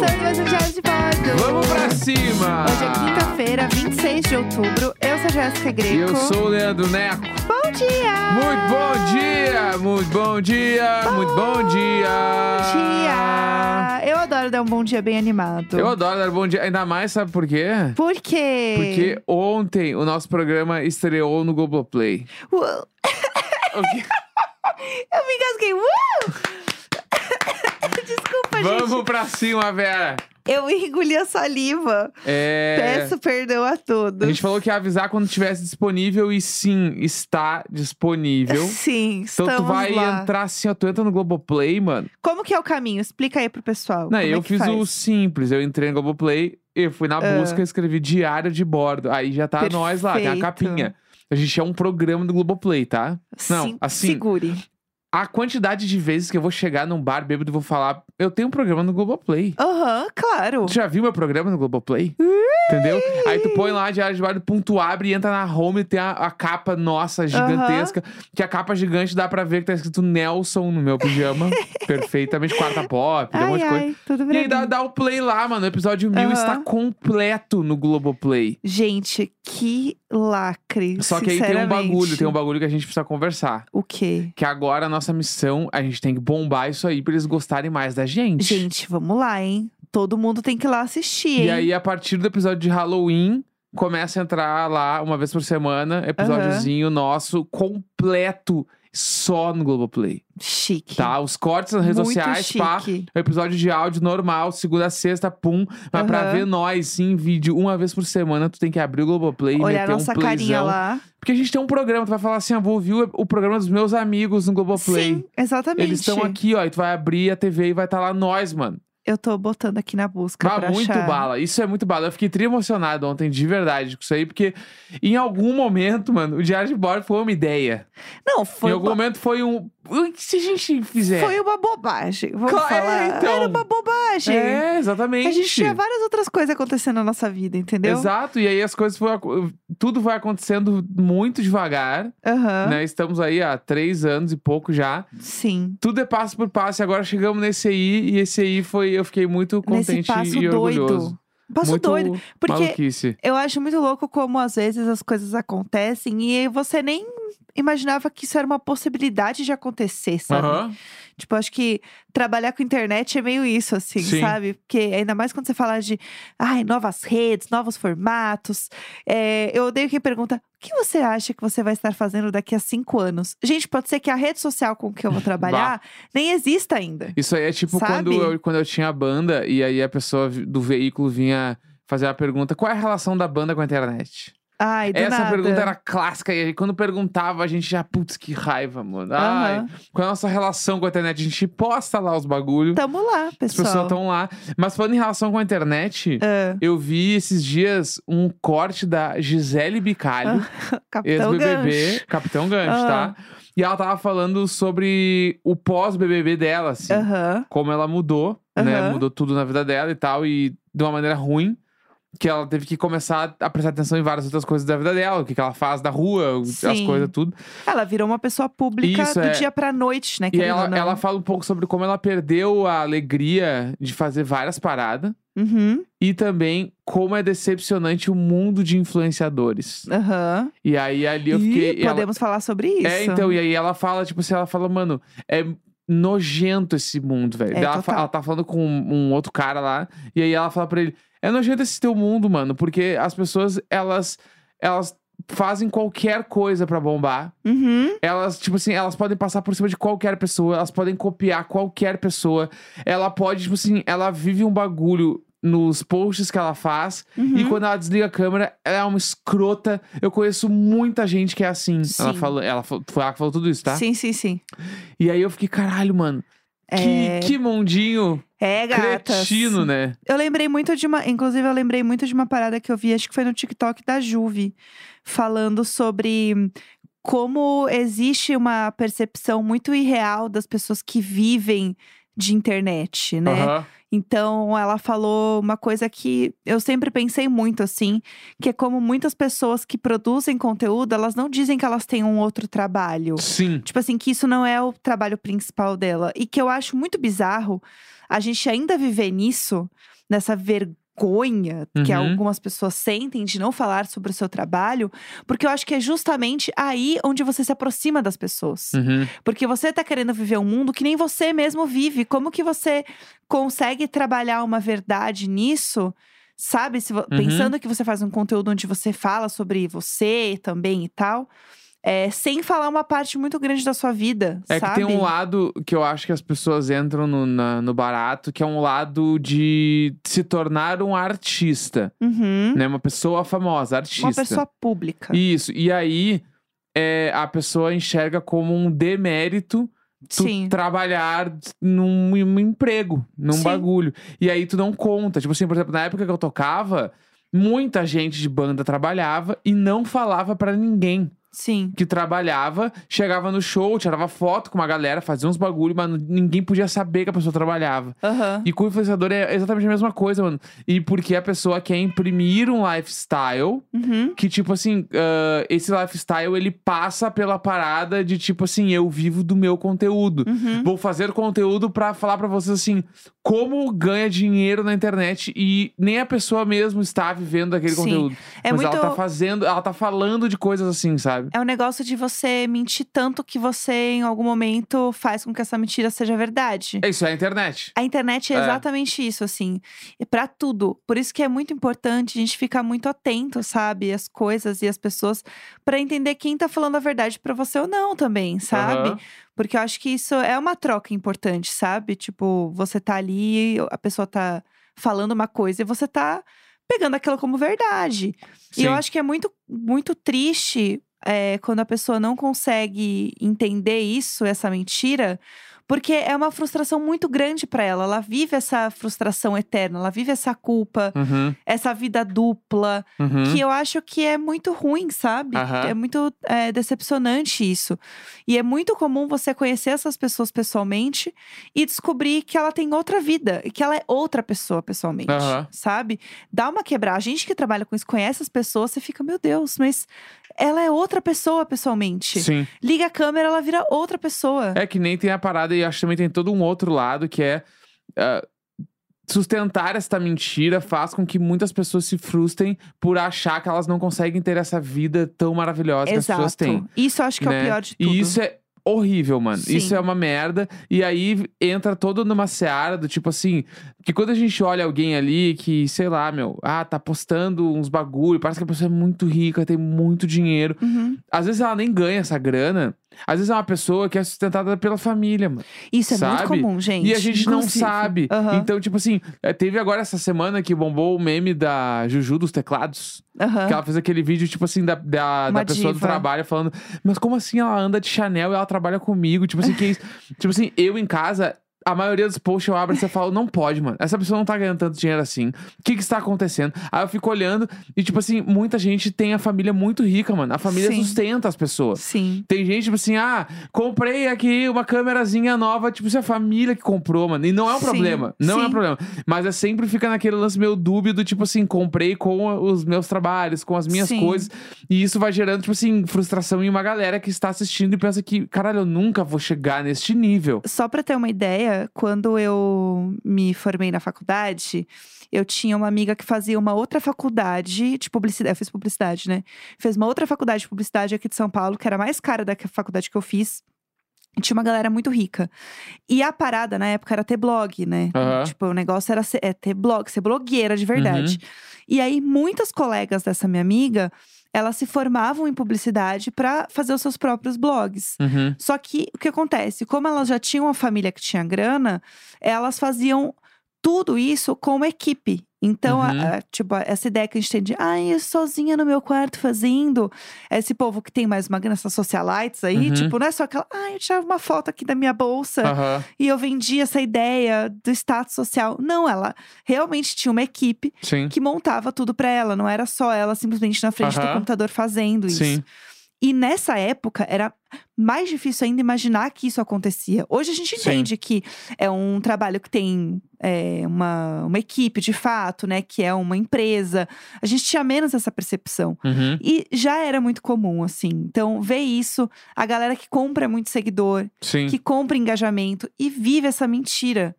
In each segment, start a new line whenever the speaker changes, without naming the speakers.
Diário de Bordo.
Vamos pra cima!
Hoje é quinta-feira, 26 de outubro. Eu sou a Jéssica
E
Greco.
eu sou o Leandro Neco.
Bom dia!
Muito bom dia, muito bom dia, muito bom dia.
Bom dia! Eu adoro dar um bom dia bem animado.
Eu adoro dar bom dia, ainda mais sabe por quê?
Por quê?
Porque ontem o nosso programa estreou no Globoplay.
Uou.
O que-
Eu me engasguei. Uh! Desculpa, gente.
Vamos pra cima, Vera.
Eu engoli a saliva.
É...
Peço perdão a todos.
A gente falou que ia avisar quando estivesse disponível e sim, está disponível.
Sim,
Então
estamos
tu vai
lá.
entrar assim, ó, tu entra no Globoplay, mano.
Como que é o caminho? Explica aí pro pessoal.
Não,
como é
eu
que
fiz
faz. Ah.
o simples, eu entrei no Globoplay, eu fui na busca, escrevi diário de bordo. Aí já tá nós lá, tem a
Perfeito.
capinha. A gente é um programa do Globoplay, tá? Não,
Sim,
assim.
Segure.
A quantidade de vezes que eu vou chegar num bar bêbado e vou falar, eu tenho um programa no Globoplay.
Aham, claro.
Tu já viu meu programa no Globoplay? Entendeu? Aí tu põe lá diário de bordo, ponto abre e entra na home e tem a, a capa nossa, gigantesca. Que a capa gigante dá pra ver que tá escrito Nelson no meu pijama. perfeitamente, quarta pop, tem um
ai,
monte de coisa.
ai, tudo
E
bem.
aí dá, dá o play lá, mano. O episódio 1000
Aham.
está completo no Globoplay.
Gente, que lacre.
Só que aí tem um
sinceramente.
bagulho, tem um bagulho que a gente precisa conversar.
O quê?
Que agora a nossa missão, a gente tem que bombar isso aí pra eles gostarem mais da gente.
Gente, vamos lá, hein? Todo mundo tem que ir lá assistir, hein?
E aí, a partir do episódio de Halloween, começa a entrar lá uma vez por semana, episódiozinho nosso completo só no Globoplay.
Chique.
Tá? Os cortes nas redes
Muito
sociais,
chique.
pá. Episódio de áudio normal, segunda a sexta, pum. Mas pra
Aham.
ver nós em vídeo uma vez por semana, tu tem que abrir o Globoplay e
Olhar
meter
nossa
um
carinha
playzão.
lá.
Porque a gente tem um programa, tu vai falar assim, ah, vou ouvir o, o programa dos meus amigos no Globoplay.
Sim, exatamente.
Eles estão aqui, ó, e tu vai abrir a TV e vai estar lá nós, mano.
Eu tô botando aqui na busca
Bah,
pra
muito
achar.
bala. Isso é muito bala. Eu fiquei tri emocionado ontem, de verdade, com isso aí, porque em algum momento, mano, o Diário de Bordo foi uma ideia.
Não, foi
em algum
uma...
momento foi um. O que se a gente fizer?
Foi um uma bobagem, vamos
Claro,
falar.
então.
Era uma bobagem.
É, exatamente.
A gente tinha várias outras coisas acontecendo na nossa vida, entendeu?
Exato, e aí as coisas foram. ac- Tudo vai acontecendo muito devagar,
Aham,
né? Estamos aí há três anos e pouco já.
Sim.
Tudo é passo por passo, e agora chegamos nesse aí, e esse aí foi. Eu fiquei muito
Nesse
contente
passo
e orgulhoso.
doido. Passo
muito
doido. Porque
maluquice.
eu acho muito louco como às vezes as coisas acontecem e você nem imaginava que isso era uma possibilidade de acontecer, sabe?
Aham.
Tipo, acho que trabalhar com internet é meio isso, assim,
Sim.
sabe? Porque ainda mais quando você fala de ai, novas redes, novos formatos. É, eu odeio quem pergunta: o que você acha que você vai estar fazendo daqui a cinco anos? Gente, pode ser que a rede social com que eu vou trabalhar nem exista ainda.
Isso aí é tipo
Sabe?
quando eu, quando eu tinha a banda e aí a pessoa vi- do veículo vinha fazer a pergunta: qual é a relação da banda com a internet?
Ai, do
Essa
nada.
pergunta era clássica e aí quando perguntava a gente já, putz, que raiva, mano. Ai,
Aham.
qual é a nossa relação com a internet? A gente posta lá os bagulho,
Tamo lá,
as pessoas
pessoal.
estão lá. Mas falando em relação com a internet,
Ah,
eu vi esses dias um corte da Gisele Bicalho,
Ah, Capitão
ex-BBB,
Gancho. Ah.
Capitão Gancho,
Aham.
tá? E ela tava falando sobre o pós-BBB dela, assim
Aham.
como ela mudou, né?
Aham.
Mudou tudo na vida dela e tal, e de uma maneira ruim. Que ela teve que começar a prestar atenção em várias outras coisas da vida dela, o que, que ela faz da rua, o- as
Sim.
coisas, tudo.
Ela virou uma pessoa pública
Isso,
do
é.
dia pra noite, né?
E
querendo ou
ela,
não.
ela fala um pouco sobre como ela perdeu a alegria de fazer várias paradas.
Uhum.
E também como é decepcionante o mundo de influenciadores.
Aham.
E aí ali eu fiquei.
Ih,
ela-
podemos falar sobre isso.
É, então, e aí ela fala, tipo assim, ela fala, mano, é nojento esse mundo, velho.
É,
ela, fa-
total.
ela tá falando com um, um outro cara lá, e aí ela fala pra ele, é nojento esse teu mundo, mano, porque as pessoas, elas, elas fazem qualquer coisa pra bombar.
Uhum.
Elas, tipo assim, elas podem passar por cima de qualquer pessoa, elas podem copiar qualquer pessoa. Ela pode, tipo assim, ela vive um bagulho nos posts que ela faz,
uhum.
e quando ela desliga a câmera, ela é uma escrota. Eu conheço muita gente que é assim.
Sim.
Ela falou, ela falou, foi ela que falou tudo isso, tá?
Sim, sim, sim.
E aí eu fiquei, caralho, mano.
É,
Que, que mundinho
é gatas.
cretino, né?
Eu lembrei muito de uma. Inclusive, eu lembrei muito de uma parada que eu vi, acho que foi no TikTok da Juve, falando sobre como existe uma percepção muito irreal das pessoas que vivem de internet, né?
Aham.
Então, ela falou uma coisa que eu sempre pensei muito, assim, que é como muitas pessoas que produzem conteúdo, elas não dizem que elas têm um outro trabalho.
Sim.
Tipo assim, que isso não é o trabalho principal dela. E que eu acho muito bizarro a gente ainda viver nisso, nessa vergonha que
Uhum.
algumas pessoas sentem de não falar sobre o seu trabalho, porque eu acho que é justamente aí onde você se aproxima das pessoas.
Uhum.
Porque você tá querendo viver um mundo que nem você mesmo vive. Como que você consegue trabalhar uma verdade nisso? Sabe, se vo-
Uhum.
pensando que você faz um conteúdo onde você fala sobre você também e tal, é, sem falar uma parte muito grande da sua vida,
É
sabe?
que tem um lado que eu acho que as pessoas entram no, na- no barato, que é um lado de se tornar um artista,
Uhum.
né? Uma pessoa famosa, artista.
Uma pessoa pública.
Isso. E aí é, a pessoa enxerga como um demérito tu tá
Sim.
trabalhar num, em um emprego, num
Sim.
bagulho. E aí tu não conta. Tipo assim, por exemplo, na época que eu tocava, muita gente de banda trabalhava e não falava pra ninguém
Sim.
que trabalhava, chegava no show, tirava foto com uma galera, fazia uns bagulho, mas ninguém podia saber que a pessoa trabalhava.
Aham.
E com o influenciador é exatamente a mesma coisa, mano. E porque a pessoa quer imprimir um lifestyle
Uhum.
que, tipo assim, ah, esse lifestyle ele passa pela parada de, tipo assim, eu vivo do meu conteúdo.
Uhum.
Vou fazer conteúdo pra falar pra vocês assim, como ganha dinheiro na internet e nem a pessoa mesmo está vivendo aquele
Sim.
conteúdo.
É
Mas
muito.
ela tá fazendo, ela tá falando de coisas assim, sabe?
É um negócio de você mentir tanto que você, em algum momento, faz com que essa mentira seja verdade.
É isso, é a internet.
A internet é
É.
exatamente isso, assim. É pra tudo. Por isso que é muito importante a gente ficar muito atento, sabe? As coisas e as pessoas, pra entender quem tá falando a verdade pra você ou não também, sabe?
Aham.
Porque eu acho que isso é uma troca importante, sabe? Tipo, você tá ali, a pessoa tá falando uma coisa e você tá pegando aquilo como verdade. E eu
Sim.
acho que é muito, muito triste é, quando a pessoa não consegue entender isso, essa mentira, porque é uma frustração muito grande pra ela. Ela vive essa frustração eterna, ela vive essa culpa,
Uhum,
essa vida dupla,
uhum.
que eu acho que é muito ruim, sabe?
Aham.
É muito é, decepcionante isso. E é muito comum você conhecer essas pessoas pessoalmente e descobrir que ela tem outra vida, e que ela é outra pessoa pessoalmente,
Aham.
sabe? Dá uma quebrar. A gente que trabalha com isso conhece as pessoas, você fica, meu Deus, mas ela é outra pessoa pessoalmente.
Sim.
Liga a câmera, ela vira outra pessoa.
É que nem tem a parada, e acho que também tem todo um outro lado que é. ah, Sustentar esta mentira faz com que muitas pessoas se frustrem por achar que elas não conseguem ter essa vida tão maravilhosa é que as
Exato.
pessoas têm.
Isso eu acho que é
né?
o pior de tudo.
E isso é horrível, mano.
Sim.
Isso é uma merda. E aí entra todo numa seara do tipo assim, que quando a gente olha alguém ali que, sei lá, meu, ah, tá postando uns bagulho, parece que a pessoa é muito rica, tem muito dinheiro.
Uhum.
Às vezes ela nem ganha essa grana. Às vezes é uma pessoa que é sustentada pela família, mano.
Isso é
Sabe?
muito comum, gente.
E a gente não
inclusive.
sabe.
Aham,
Então, tipo assim, eh, teve agora essa semana que bombou o meme da Juju dos teclados.
aham.
Que ela fez aquele vídeo, tipo assim, da, da,
Uma
da pessoa do
diva.
trabalho falando. Mas como assim ela anda de Chanel e ela trabalha comigo? Tipo assim, que é isso? tipo assim, eu em casa. A maioria dos posts eu abro e você fala, não pode, mano. Essa pessoa não tá ganhando tanto dinheiro assim. O que que está acontecendo? Aí eu fico olhando e, tipo assim, muita gente tem a família muito rica, mano. A família
Sim.
sustenta as pessoas.
Sim.
Tem gente, tipo assim, ah, comprei aqui uma câmerazinha nova, tipo, isso é a família que comprou, mano. E não é um
Sim,
problema. Não é um
sim.
problema. Mas é sempre fica naquele lance meio dúbio do tipo assim, comprei com a- os meus trabalhos, com as minhas
Sim.
coisas. E isso vai gerando, tipo assim, frustração em uma galera que está assistindo e pensa que, caralho, eu nunca vou chegar neste nível.
Só pra ter uma ideia, quando eu me formei na faculdade, eu tinha uma amiga que fazia uma outra faculdade de publicidade. Eu fiz publicidade, né? Fez uma outra faculdade de publicidade aqui de São Paulo, que era mais cara da que a faculdade que eu fiz. E Tinha uma galera muito rica. E a parada na época era ter blog, né?
Aham.
Tipo, o negócio era ser, é, ter blog, ser blogueira de verdade. E aí, muitas colegas dessa minha amiga, elas se formavam em publicidade pra fazer os seus próprios blogs.
Uhum.
Só que o que acontece? Como elas já tinham uma família que tinha grana, elas faziam tudo isso com uma equipe. Então, a-
Uhum.
a- tipo, essa ideia que a gente tem de, ai, eu sozinha no meu quarto fazendo. Esse povo que tem mais uma grana, essas socialites aí,
Uhum. Tá.
tipo, não é só aquela, ai, eu tirava uma foto aqui da minha bolsa
Aham.
e eu vendi essa ideia do status social. Não, ela realmente tinha uma equipe
Sim.
que montava tudo pra ela, não era só ela simplesmente na frente do
Aham.
computador fazendo isso.
Sim.
E nessa época era mais difícil ainda imaginar que isso acontecia. Hoje a gente
Sim.
entende que é um trabalho que tem é, uma, uma equipe de fato, né? Que é uma empresa. A gente tinha menos essa percepção.
Uhum.
E já era muito comum, assim. Então, ver isso, a galera que compra é muito seguidor,
Sim.
que compra engajamento e vive essa mentira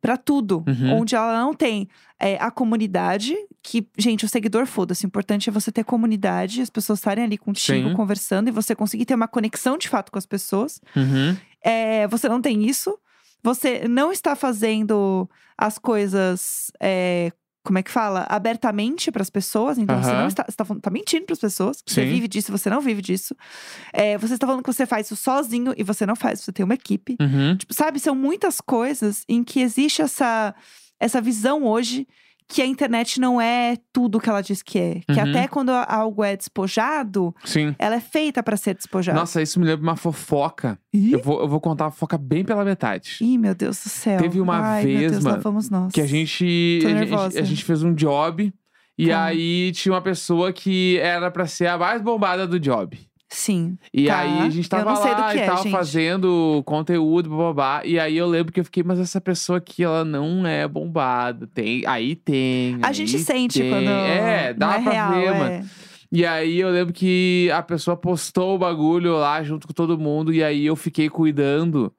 pra tudo,
Uhum.
onde ela não tem é, a comunidade, que, gente, o seguidor foda-se, o importante é você ter comunidade, as pessoas estarem ali contigo,
Sim.
conversando, e você conseguir ter uma conexão de fato com as pessoas.
Uhum.
É, você não tem isso, você não está fazendo as coisas. é, como é que fala? Abertamente pras pessoas. Então, você
Aham.
não está, você tá, falando- tá mentindo pras pessoas. que Você
Sim.
vive disso, você não vive disso. É, você está falando que você faz isso sozinho e você não faz, você tem uma equipe.
Uhum.
Tipo, sabe, são muitas coisas em que existe essa, essa visão hoje que a internet não é tudo que ela diz que é. Que
Uhum.
até quando algo é despojado,
Sim.
ela é feita pra ser despojada.
Nossa, isso me lembra uma fofoca.
Ih,
Eu vou, eu vou contar a fofoca bem pela metade.
Ih, meu Deus do céu.
Teve uma
Ai, meu
vez,
Deus, lá
mano,
vamos nós.
Que a gente,
Tô
a gente- a
nervosa.
gente. a gente fez um job. E
Tá.
aí tinha uma pessoa que era pra ser a mais bombada do job.
Sim.
E
Tá.
aí a gente
Eu
tava
não sei do
lá
que
e
é,
tava
gente.
fazendo conteúdo, blá, blá, blá. E aí eu lembro que eu fiquei, mas essa pessoa aqui, ela não é bombada. Tem, aí tem.
A
aí
gente sente
tem.
quando.
É, dá
não é
pra
real,
ver,
é.
mano. E aí eu lembro que a pessoa postou o bagulho lá junto com todo mundo. E aí eu fiquei cuidando.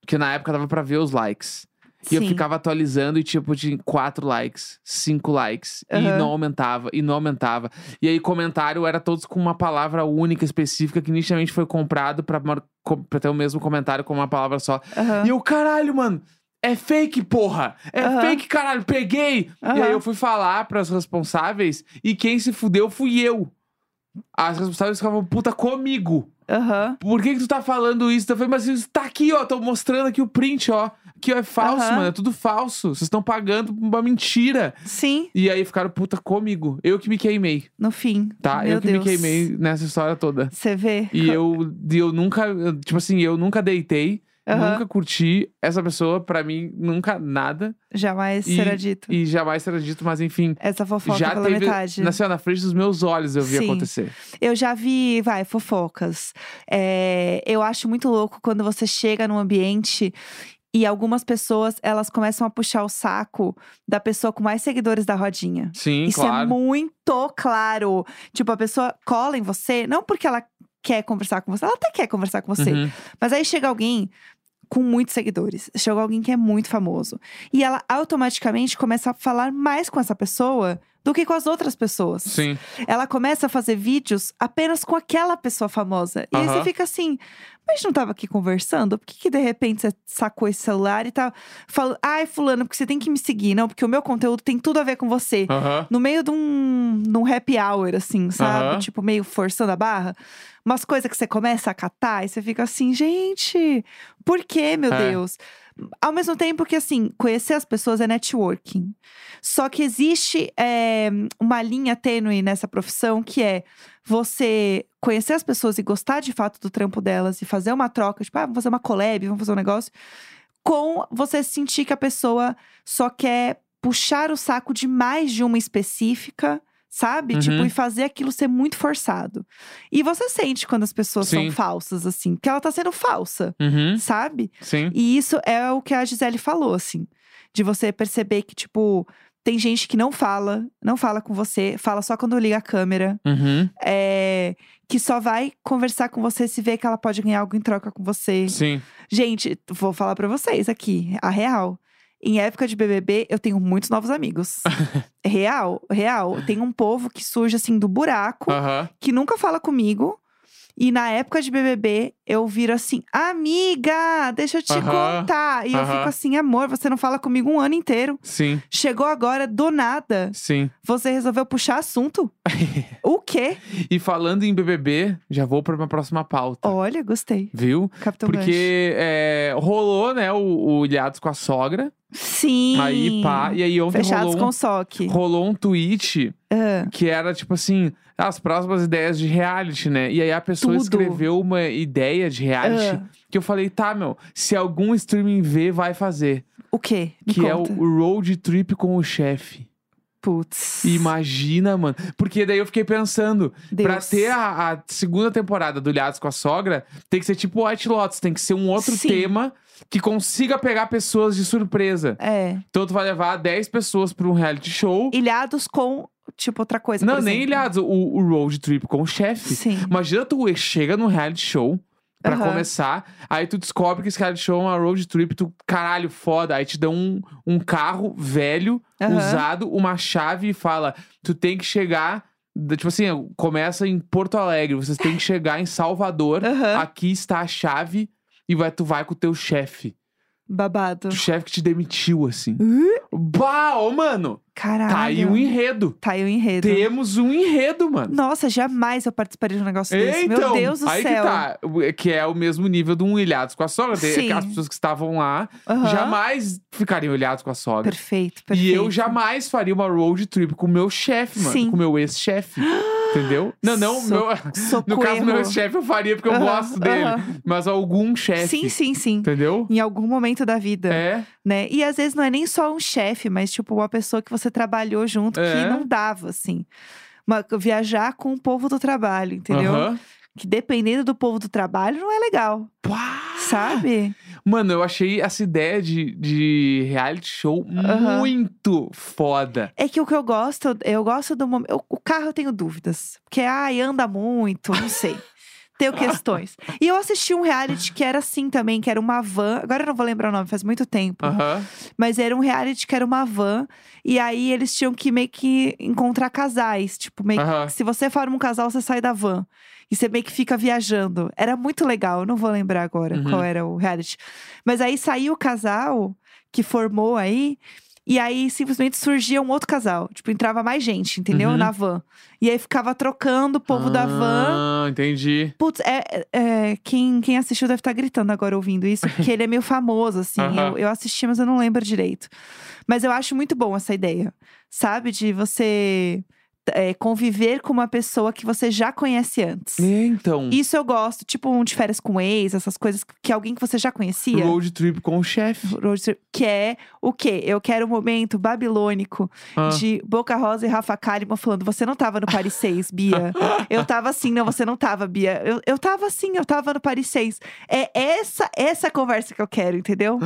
Porque na época dava pra ver os likes. E eu
Sim.
ficava atualizando e, tipo, tinha quatro likes, cinco likes.
Aham.
E não aumentava, e não aumentava. E aí, comentário era todos com uma palavra única, específica, que nitidamente foi comprado pra, mar- co- pra ter o mesmo comentário com uma palavra só.
Aham.
E eu, caralho, mano. É fake, porra! É
Aham.
fake, caralho! Peguei! E
Aham.
aí eu fui falar pras responsáveis e quem se fudeu fui eu. As responsáveis ficavam puta comigo.
Aham.
Por que, que tu tá falando isso? Eu falei, mas isso tá aqui, ó. Tô mostrando aqui o print, ó. Aqui, ó, é falso,
Aham.
mano. É tudo falso. Vocês estão pagando pra uma mentira.
Sim,
E aí ficaram puta comigo. Eu que me queimei,
no fim.
tá?
Meu
eu que
Deus.
me queimei nessa história toda.
Você vê?
E eu, e eu nunca, eu- tipo assim, eu nunca deitei,
Aham.
nunca curti essa pessoa, pra mim, nunca nada.
Jamais
E-
será dito.
E jamais será dito, mas enfim.
Essa fofoca
já
Tá. pela
teve.
metade.
Nasceu na frente dos meus olhos, eu vi
Sim.
acontecer.
Eu já vi, vai, fofocas. É, eu acho muito louco quando você chega num ambiente e algumas pessoas, elas começam a puxar o saco da pessoa com mais seguidores da rodinha.
Sim,
Isso é
claro.
muito claro. Tipo, a pessoa cola em você, não porque ela quer conversar com você, ela até quer conversar com você.
Uhum.
Mas aí chega alguém com muitos seguidores, chega alguém que é muito famoso. E ela automaticamente começa a falar mais com essa pessoa do que com as outras pessoas
Sim.
ela começa a fazer vídeos apenas com aquela pessoa famosa. E aí você
Aham.
fica assim, mas não tava aqui conversando? Por que, que de repente você sacou esse celular e tá falando, ai, fulano, porque você tem que me seguir, não, porque o meu conteúdo tem tudo a ver com você.
Aham.
No meio de um, de um happy hour, assim, sabe?
Aham.
Tipo, meio forçando a barra. Umas coisas que você começa a catar e você fica assim, gente, por que, meu
É.
Deus? Ao mesmo tempo que, assim, conhecer as pessoas é networking. Só que existe é, uma linha tênue nessa profissão que é você conhecer as pessoas e gostar de fato do trampo delas e fazer uma troca, tipo, ah, vamos fazer uma collab, vamos fazer um negócio, com você sentir que a pessoa só quer puxar o saco de mais de uma específica, sabe?
Uhum.
Tipo, e fazer aquilo ser muito forçado. E você sente quando as pessoas são
Sim.
falsas, assim, que ela tá sendo falsa,
Uhum.
sabe?
Sim.
E isso é o que a Gisele falou, assim. De você perceber que, tipo, tem gente que não fala, não fala com você, fala só quando liga a câmera.
Uhum.
é, que só vai conversar com você se vê que ela pode ganhar algo em troca com você.
Sim.
Gente, vou falar pra vocês aqui, a real. Em época de BBB, eu tenho muitos novos amigos. real, real. Tem um povo que surge assim do buraco,
Aham.
que nunca fala comigo. E na época de BBB, eu viro assim: Amiga, deixa eu te
Aham,
contar. E eu
aham.
fico assim: Amor, você não fala comigo um ano inteiro.
Sim.
Chegou agora, do nada,
Sim.
você resolveu puxar assunto? o quê?
E falando em BBB, já vou pra uma próxima pauta.
Olha, gostei.
Viu?
Capitão Gancho.
Porque é, rolou, né, o, o Ilhados com a sogra.
Sim.
Aí pá. E aí ontem
Fechados
rolou
com
um,
soque.
rolou um tweet
Ah,
que era tipo assim: as próximas ideias de reality, né? E aí a pessoa
Tudo.
escreveu uma ideia de reality
ah.
que eu falei: tá, meu, se algum streaming ver, vai fazer.
O quê? Me
que é
conta.
o road trip com o chefe.
Putz.
Imagina, mano. Porque daí eu fiquei pensando, pra
Deus.
ter a, a segunda temporada do Ilhados com a Sogra, tem que ser tipo White Lotus, tem que ser um outro
Sim.
tema que consiga pegar pessoas de surpresa.
É.
Então tu vai levar 10 pessoas pra um reality show.
Ilhados com, tipo, outra coisa.
Não,
por
nem
exemplo.
Ilhados, o, o road trip com o chefe.
Sim.
Imagina tu chega num reality show pra
Aham.
começar, aí tu descobre que esse reality show é uma road trip, tu, caralho, foda. Aí te dão um, um carro velho,
Aham.
usado, uma chave e fala: tu tem que chegar. da- Tipo assim, começa em Porto Alegre, vocês têm que chegar em Salvador,
Aham.
aqui está a chave. E vai, tu vai com o teu chefe.
Babado.
O chefe que te demitiu, assim. Bah, ô, mano!
Caralho.
Tá aí um enredo.
Tá aí o enredo.
Temos um enredo, mano.
Nossa, jamais eu participaria de um negócio desse.
Então,
Meu Deus do
aí
céu.
que tá. O- é Que é o mesmo nível de um Ilhados com a Sogra. Tem
Sim.
As pessoas que estavam lá
Aham.
jamais ficariam ilhados com a Sogra.
Perfeito,
E
perfeito.
eu jamais faria uma road trip com o meu chefe, mano.
Sim.
Com o meu ex-chefe. entendeu? Não, não,
So-
meu,
Socorro.
no caso, meu é ex-chefe eu faria porque eu
Aham,
gosto dele.
aham.
Mas algum chefe.
Sim, sim, sim.
Entendeu?
Em algum momento da vida,
É.
né? E às vezes não é nem só um chefe, mas tipo uma pessoa que você trabalhou junto
É.
que não dava, assim. Uma- viajar com o povo do trabalho, entendeu?
aham.
Que dependendo do povo do trabalho, não é legal,
Pá!
sabe?
Mano, eu achei essa ideia de, de reality show
Aham.
muito foda.
É que o que eu gosto, eu- eu gosto do momento. eu- O carro eu tenho dúvidas. Porque, ai, anda muito, não sei. tenho questões. E eu assisti um reality que era assim também, que era uma van. Agora eu não vou lembrar o nome, faz muito tempo.
Aham.
Mas era um reality que era uma van. E aí eles tinham que meio que encontrar casais. Tipo, meio que.
Aham.
Se você forma um casal, você sai da van. E você meio que fica viajando. Era muito legal. Eu não vou lembrar agora
Uhum.
qual era o reality. Mas aí saiu o casal que formou aí. E aí simplesmente surgia um outro casal. Tipo, entrava mais gente, entendeu?
Uhum.
Na van. E aí ficava trocando o povo da van.
Ah, entendi.
Putz, é, é- é, quem, quem assistiu deve estar gritando agora ouvindo isso, porque ele é meio famoso, assim.
Aham.
Eu, eu assisti, mas eu não lembro direito. Mas eu acho muito bom essa ideia, sabe? De você é, conviver com uma pessoa que você já conhece antes.
É, então.
Isso eu gosto, tipo um de férias com ex, essas coisas que- que alguém que você já conhecia.
Road trip com o chefe.
Road trip, Que é o quê? Eu quero um momento babilônico
Ah.
de Boca Rosa e Rafa Kalimann falando: Você não tava no Paris 6, Bia. eu tava assim, não, você não tava, Bia. Eu, eu tava assim, eu tava no Paris 6. É essa, essa conversa que eu quero, entendeu?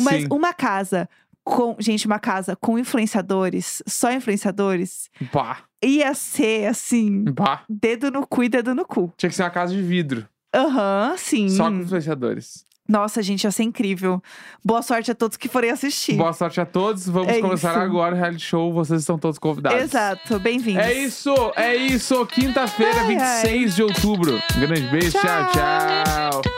Mas
Sim.
uma casa com. Gente, uma casa com influenciadores, só influenciadores,
Pá,
ia ser assim:
pá.
dedo no cu e dedo no cu.
Tinha que ser uma casa de vidro.
Aham, sim.
Só com influenciadores.
Nossa, gente, ia ser incrível. Boa sorte a todos que forem assistir.
Boa sorte a todos. Vamos
É
começar
isso.
agora o reality show. Vocês estão todos convidados.
Exato, bem-vindos.
É isso, é isso. Quinta-feira,
Ai, ai.
26 de outubro. Um grande beijo. tchau.
Tchau.
tchau.